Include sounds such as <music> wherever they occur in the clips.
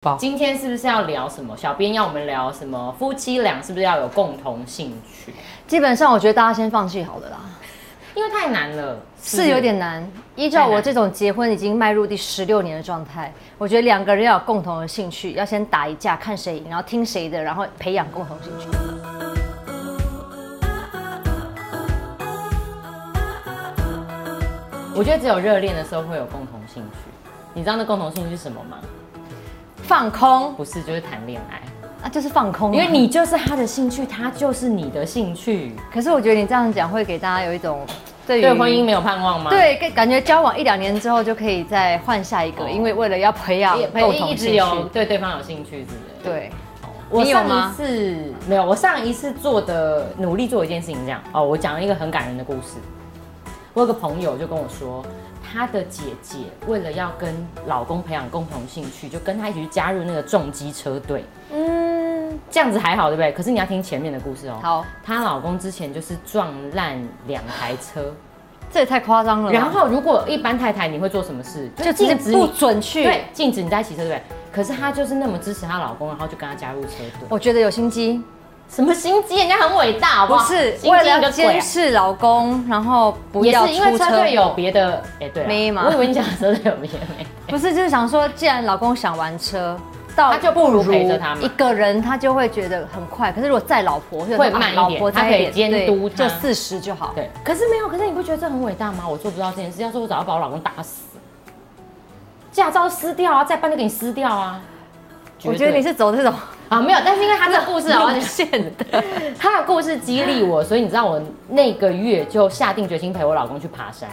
报今天是不是要聊什么？小编要我们聊什么？夫妻俩是不是要有共同兴趣？基本上我觉得大家先放弃好了啦，因为太难了，不是有。点难。依照太我难这种结婚已经迈入第十六年的状态，我觉得两个人要有共同的兴趣，要先打一架，看谁赢，然后听谁的，然后培养共同兴趣。我觉得只有热恋的时候会有共同兴趣。你知道那共同兴趣是什么吗？放空不是，就是谈恋爱。啊，就是放空啊、因为你就是他的兴趣，他就是你的兴趣。可是我觉得你这样讲会给大家有一种对于对婚姻没有盼望吗？，对跟感觉交往一两年之后就可以再换下一个，哦因为为了要培养啊共一同直兴趣。有对对方有兴趣之类的。对，我你有上吗一次没有，我上一次做的努力做一件事情是这样哦，我讲了一个很感人的故事。我有个朋友就跟我说，她的姐姐为了要跟老公培养共同兴趣，就跟她一起去加入那个重机车队，嗯，这样子还好对不对？可是你要听前面的故事哦。好，她老公之前就是撞烂两台 <laughs> 车，这也太夸张了吧。然后如果一般太太你会做什么事？嗯就直接不准去。对，禁止你在骑车对不对？可是她就是那么支持她老公，然后就跟他加入车队。我觉得有心机，什么心机？人家很伟大，好不不好？是心机为你了个鬼监啊！视老公，然后不也要是因为出车车队有祸。别的，哎、对、啊，妹吗我以为你讲车队有别的妹，不是，就是想说，既然老公想玩车，到他就不如陪着他嘛一个人他就会觉得很快。可是如果载老婆，就会慢一点老婆载他可以一点监督对他就四十就好。对。可是没有，可是你不觉得这很伟大吗？我做不到这件事，要是我早就把我老公打死，驾照撕掉啊，再办就给你撕掉啊。我觉得你是走这种啊，没有，但是因为他这个故 <laughs> 事哦路，线的，他的故事激励我，所以你知道我那个月就下定决心陪我老公去爬山，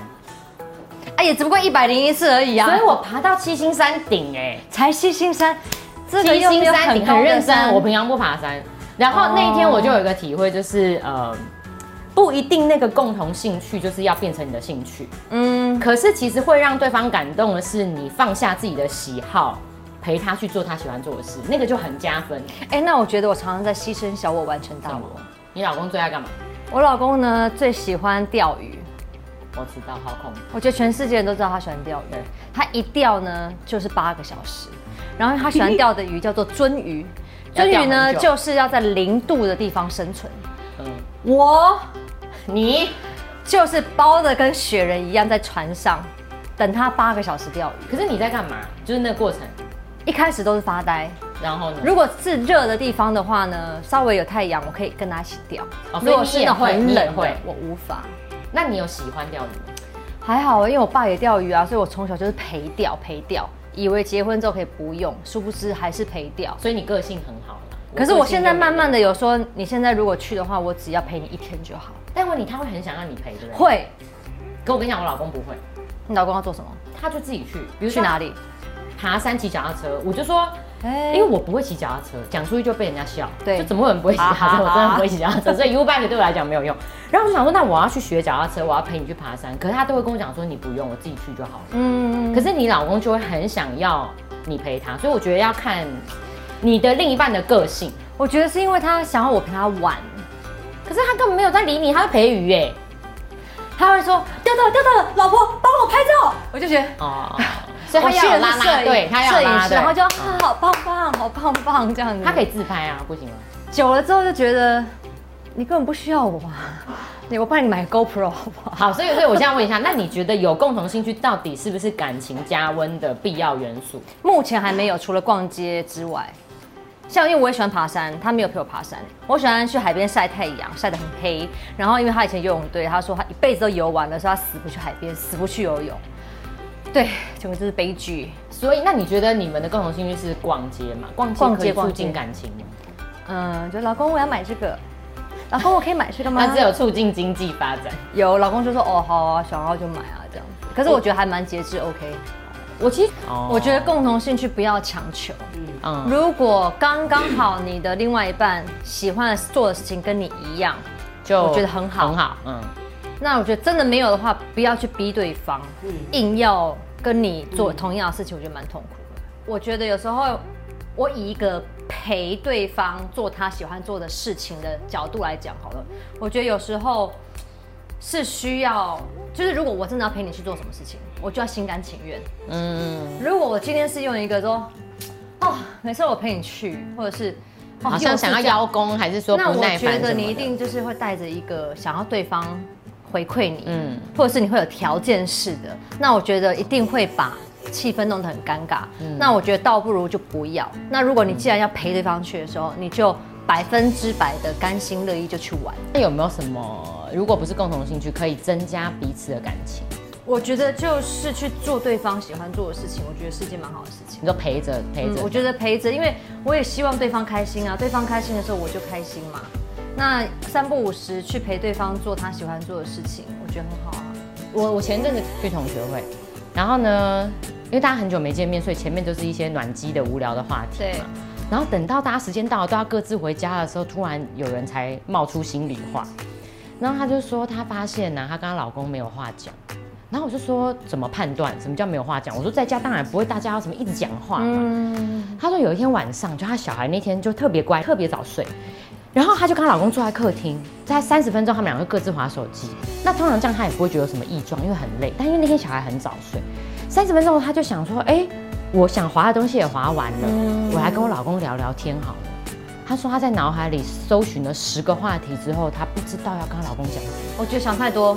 哎，也只不过一百零一次而已啊所以。我爬到七星山顶哎、才七星山，这个七又星没有山很顶高很的认山哦真，啊我平常不爬山。然后那一天我就有一个体会，就是呃，不一定那个共同兴趣就是要变成你的兴趣，嗯，可是其实会让对方感动的是，你放下自己的喜好，陪他去做他喜欢做的事，那个就很加分。哎，那我觉得我常常在牺牲小我完成大老我婆。，你老公最爱干嘛？我老公呢最喜欢钓鱼，我知道，好恐怖。我觉得全世界人都知道他喜欢钓鱼对，他一钓呢就是八个小时，然后他喜欢钓的鱼叫做鳟 <laughs> 鱼，鳟要鱼钓呢很久就是要在零度的地方生存，嗯，我你就是包的跟雪人一样在船上，等他八个小时钓鱼，可是你在干嘛？就是那个过程，一开始都是发呆。然后呢？如果是热的地方的话呢，稍微有太阳，我可以跟他一起钓。哦所以如果是那种你很也会你也冷会的，我无法。那你有喜欢钓鱼吗？还好，因为我爸也钓鱼啊，所以我从小就是陪钓陪钓，以为结婚之后可以不用，殊不知还是陪钓。所以你个性很好啦。可是我现在个性就没有慢慢的有说，你现在如果去的话，我只要陪你一天就好。但问题他会很想让你陪，对不对？会，可我跟你讲，我老公不会，你老公要做什么？他就自己去，比如去说哪里？爬山、骑脚踏车，我就说。哎因为我不会骑脚踏车，讲出去就被人家笑。对就怎么会有人不会骑脚踏车？啊我哈真的不会骑脚踏车，所以 U bike 对我来讲没有用。然后我就想说，那我要去学脚踏车，我要陪你去爬山。可是他都会跟我讲说，你不用，我自己去就好了。嗯，可是你老公就会很想要你陪他，所以我觉得要看你的另一半的个性。我觉得是因为他想要我陪他玩，可是他根本没有在理你，他在陪鱼哎、他会说钓到了钓到了，老婆帮我拍照，我就觉得。 <laughs> 哦，所以他要有拉拉队，他要摄有拉影拉师，队，然后就啊好棒棒，好棒棒这样子。他可以自拍啊，不行吗？久了之后就觉得你根本不需要我啊，你我帮你买 GoPro 好不好？ <laughs> 好，所以所以我现在问一下，那你觉得有共同兴趣到底是不是感情加温的必要元素？目前还没有，除了逛街之外，像因为我也喜欢爬山，他没有陪我爬山。我喜欢去海边晒太阳，晒得很黑。然后因为他以前游泳队，他说他一辈子都游完了，所以他死不去海边，死不去游泳。对，结果这是悲剧。所以那你觉得你们的共同兴趣是逛街嘛？逛街逛可以街促进感情吗？嗯，就老公我要买这个，老公我可以买这个吗那？只有促进经济发展。有老公就说哦好啊，想要就买啊这样子。可是我哦觉得还蛮节制，OK。我其实我觉得共同兴趣不要强求。哦嗯，如果刚刚好你的另外一半喜欢的做的事情跟你一样，就我觉得很好很好，嗯。那我觉得真的没有的话，不要去逼对方，硬要跟你做同样的事情，我觉得蛮痛苦的。我觉得有时候我以一个陪对方做他喜欢做的事情的角度来讲好了，我觉得有时候是需要，就是如果我真的要陪你去做什么事情，我就要心甘情愿。嗯，如果我今天是用一个说，啊、哦，没事，我陪你去，或者是、哦好像想要。邀又是功，还是这说样那不我耐觉烦得什你么一的？定就是会带着一个想要对方回馈你，嗯，或者是你会有条件式的，那我觉得一定会把气氛弄得很尴尬。嗯那我觉得倒不如就不要。那如果你既然要陪对方去的时候，你就百分之百的甘心乐意就去玩。那有没有什么，如果不是共同兴趣，可以增加彼此的感情？我觉得就是去做对方喜欢做的事情，我觉得是件蛮好的事情。你说陪着陪嗯着，，我觉得陪着，因为我也希望对方开心啊，对方开心的时候我就开心嘛。那三不五时去陪对方做他喜欢做的事情，我觉得很好啊。我我前阵子去同学会，然后呢，因为大家很久没见面，所以前面就是一些暖机的无聊的话题对嘛。然后等到大家时间到了，都要各自回家的时候，突然有人才冒出心里话，然后她就说她发现呢、她跟她老公没有话讲。然后我就说怎么判断什么叫没有话讲？我说在家当然不会大家要什么一直讲话嘛。嗯，她说有一天晚上，就她小孩那天就特别乖，特别早睡，然后她就跟她老公坐在客厅，在三十分钟，他们两个各自划手机。那通常这样她也不会觉得有什么异状，因为很累。但因为那天小孩很早睡，三十分钟她就想说，哎，我想划的东西也划完了，我来跟我老公聊聊天好了。她说她在脑海里搜寻了十个话题之后，她不知道要跟她老公讲什么。我觉得想太多，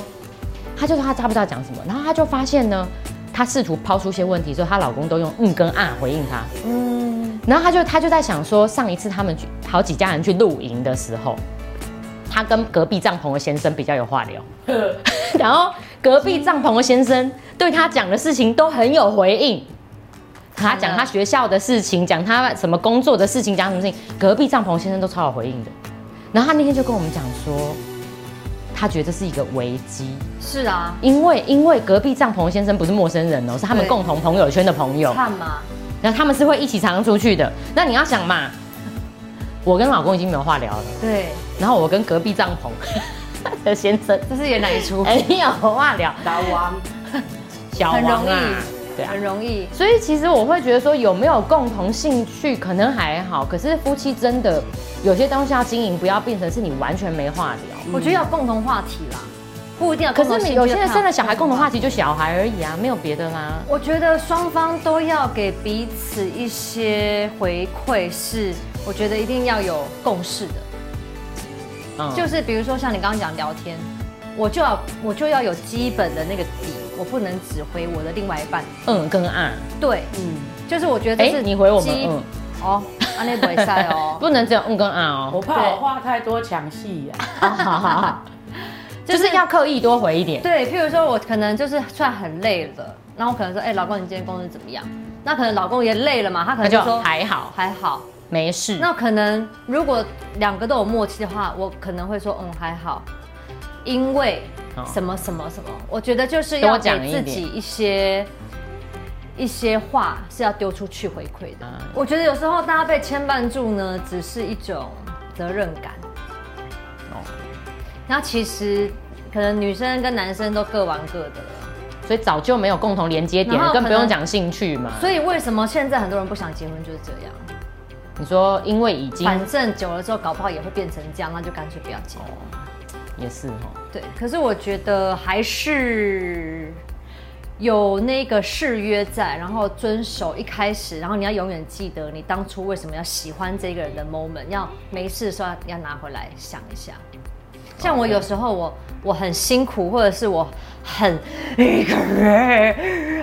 她就说她她不知道讲什么，然后她就发现呢，她试图抛出一些问题之后，她老公都用嗯跟啊回应她。嗯，然后他就他就在想说，上一次他们去好几家人去露营的时候，他跟隔壁帐篷的先生比较有话聊，然后隔壁帐篷的先生对他讲的事情都很有回应。他讲他学校的事情，讲他什么工作的事情，讲什么事情，隔壁帐篷先生都超有回应的。然后他那天就跟我们讲说，他觉得这是一个危机，是啊，因为因为隔壁帐篷先生不是陌生人哦，是他们对共同朋友圈的朋友。看嘛，然后他们是会一起常常出去的。那你要想嘛，我跟老公已经没有话聊了，对，然后我跟隔壁帐篷 <laughs> 的先生这是演哪一出？没有话聊，打王，小很王容易啊，哎对啊。很容易。所以其实我会觉得说，有没有共同兴趣可能还好，可是夫妻真的有些东西要经营，不要变成是你完全没话聊。我觉得要共同话题啦，不一定要嗯可共同是兴趣。你有些人生了小孩，看法共同话题就小孩而已啊，没有别的啦。我觉得双方都要给彼此一些回馈，是我觉得一定要有共识的。嗯，就是比如说像你刚刚讲聊天，我就要我就要有基本的那个底，我不能只回我的另外一半。嗯跟啊，对，嗯，就是我觉得哎这是，你回我们基嗯，哦，安内不会晒哦， <laughs> 不能只有嗯跟啊哦我，怕我话太多抢戏啊呀。好好好好， <laughs> 就是要刻意多回一点。对，譬如说我可能就是虽然很累了，然后我可能说，哎、老公你今天工作怎么样？那可能老公也累了嘛，他可那能就就说还好，还好。没事。那可能如果两个都有默契的话，我可能会说嗯还好，因为好什么什么什么，我觉得就是多要讲给一自点己一些一些话是要丢出去回馈的。啊我觉得有时候大家被牵绊住呢，只是一种责任感。哦那其实可能女生跟男生都各玩各的了，所以早就没有共同连接点然了，后更可不能用讲兴趣嘛。所以为什么现在很多人不想结婚就是这样？你说，因为已经反正久了之后，搞不好也会变成这样，那就干脆不要结婚。哦也是哦，对，可是我觉得还是有那个誓约在，然后遵守一开始，然后你要永远记得你当初为什么要喜欢这个人的 moment，要没事的时候要拿回来想一下。像我有时候我我很辛苦，或者是我很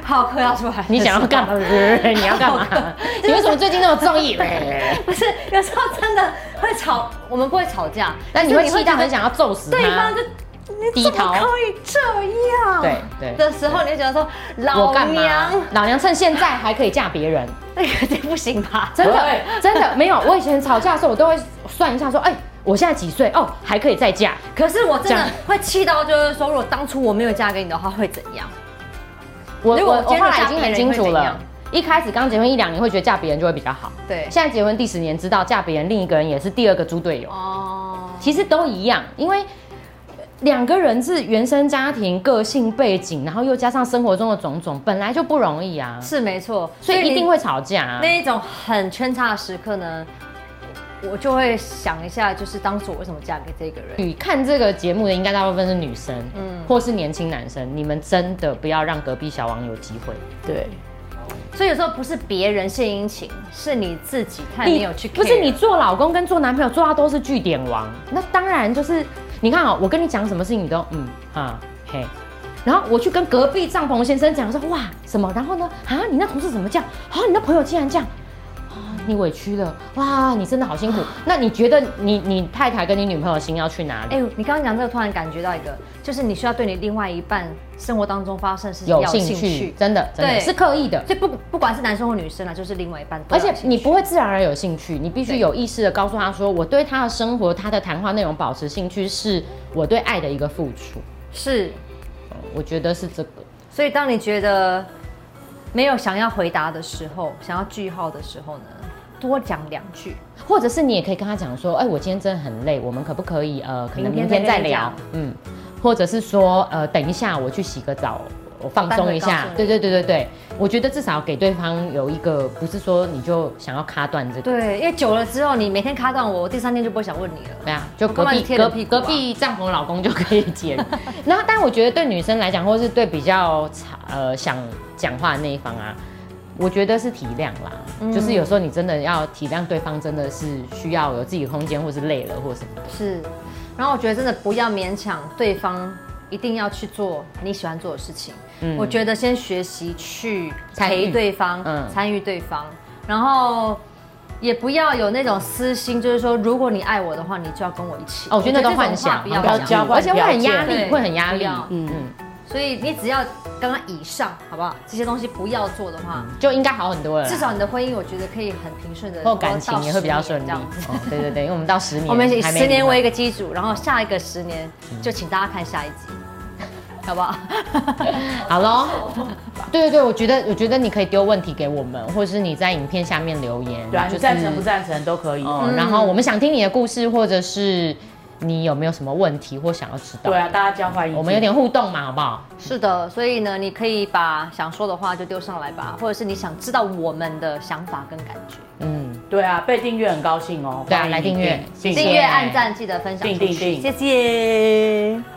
好快要出来，你想要干嘛？ <laughs> 你要干好嘛 <laughs> 可？你为什么最近那么中意？ <laughs> 不是，有时候真的会吵，我们不会吵架， <laughs> 那你会气到觉得很想要揍死对方他就。你低怎么头可以这样？对对的时候，你就觉得说我老干嘛娘？老娘趁现在还可以嫁别人，那个就不行吧？ <laughs> 真的对真的没有。我以前吵架的时候，我都会算一下，说，哎，我现在几岁？哦，还可以再嫁。可是我这真的样会气到，就是说，如果当初我没有嫁给你的话，会怎样？我如我果我今后来天嫁已经很别人清会楚怎了样。一开始刚结婚一两年，会觉得嫁别人就会比较好。对现，在结婚第十年，知道嫁别人另一个人也是第二个猪队友，哦，其实都一样，因为呃两个人是原生家庭、个性背景，然后又加上生活中的种种，本来就不容易啊，是没错，所以一定你会吵架、啊。那一种很圈叉的时刻呢，我就会想一下，就是当初我为什么嫁给这个人？与看这个节目的应该大部分是女生，嗯，或是年轻男生，你们真的不要让隔壁小王有机会。对，所以有时候不是别人献殷勤，是你自己太没你有去 care。不是你做老公跟做男朋友做到都是据点王，那当然就是你看啊、我跟你讲什么事情你都嗯啊嘿，然后我去跟隔壁帐篷先生讲说哇什么，然后呢啊你那同事怎么这样啊你那朋友竟然这样。啊你委屈了哇！你真的好辛苦。那你觉得你你太太跟你女朋友心要去哪里？哎、你刚刚讲这个，突然感觉到一个，就是你需要对你另外一半生活当中发生的事情有要兴兴趣趣，，真的真的对是刻意的。所以不不管是男生或女生啊，就是另外一半都而要有且兴趣，你不会自然而然有兴趣，你必须对有意识的告诉他说，我对他的生活、他的谈话内容保持兴趣，是我对爱的一个付出。是，嗯我觉得是这个。所以当你觉得没有想要回答的时候，想要句号的时候呢，多讲两句，或者是你也可以跟他讲说，哎、我今天真的很累，我们可不可以呃，可能明明天天再再跟你聊 <laughs> 讲，嗯，或者是说呃，等一下我去洗个澡，我放松一待会下告诉。你对对对对对，我觉得至少给对方有一个，不是说你就想要卡断这个。对，因为久了之后，你每天卡断我，我第三天就不会想问你了。对啊，就我隔干嘛壁你贴隔冷屁股隔啊壁帐篷老公就可以 <laughs> 解。然后，但我觉得对女生来讲，或是对比较吵呃想讲话的那一方啊，我觉得是体谅啦。嗯就是有时候你真的要体谅对方，真的是需要有自己的空间，或是累了或什么的。是，然后我觉得真的不要勉强对方一定要去做你喜欢做的事情。我觉得先学习去嗯参与陪对方，嗯参与对方，然后也不要有那种私心，就是说如如果你爱我的话，你就要跟我一起。哦，我觉得那都这种幻话想，不要不要讲交换而且会很压条力，件会很压对力不要。嗯嗯嗯，所以你只要刚刚以上，好不好？这些东西不要做的话，就应该好很多了啦。至少你的婚姻，我觉得可以很平顺的，嗯啊或感情也会比较顺利。这样子。哦对对对，因为我们到十年，我们以还没十年离婚为一个基础，然后下一个十年就请大家看下一集，好不好？ <laughs> 好喽，对对对，我觉得我觉得你可以丢问题给我们，或者是你在影片下面留言，对啊，就你是赞成不赞成都可以。嗯然后我们想听你的故事，或者是你有没有什么问题或想要知道对，啊，大家交换意见。我们有点互动嘛，好不好？是的，所以呢，你可以把想说的话就丢上来吧，或者是你想知道我们的想法跟感觉。嗯，对啊，被订阅很高兴哦。对啊欢迎来订阅谢订谢订阅、按赞，记得分享出订去。订订谢谢。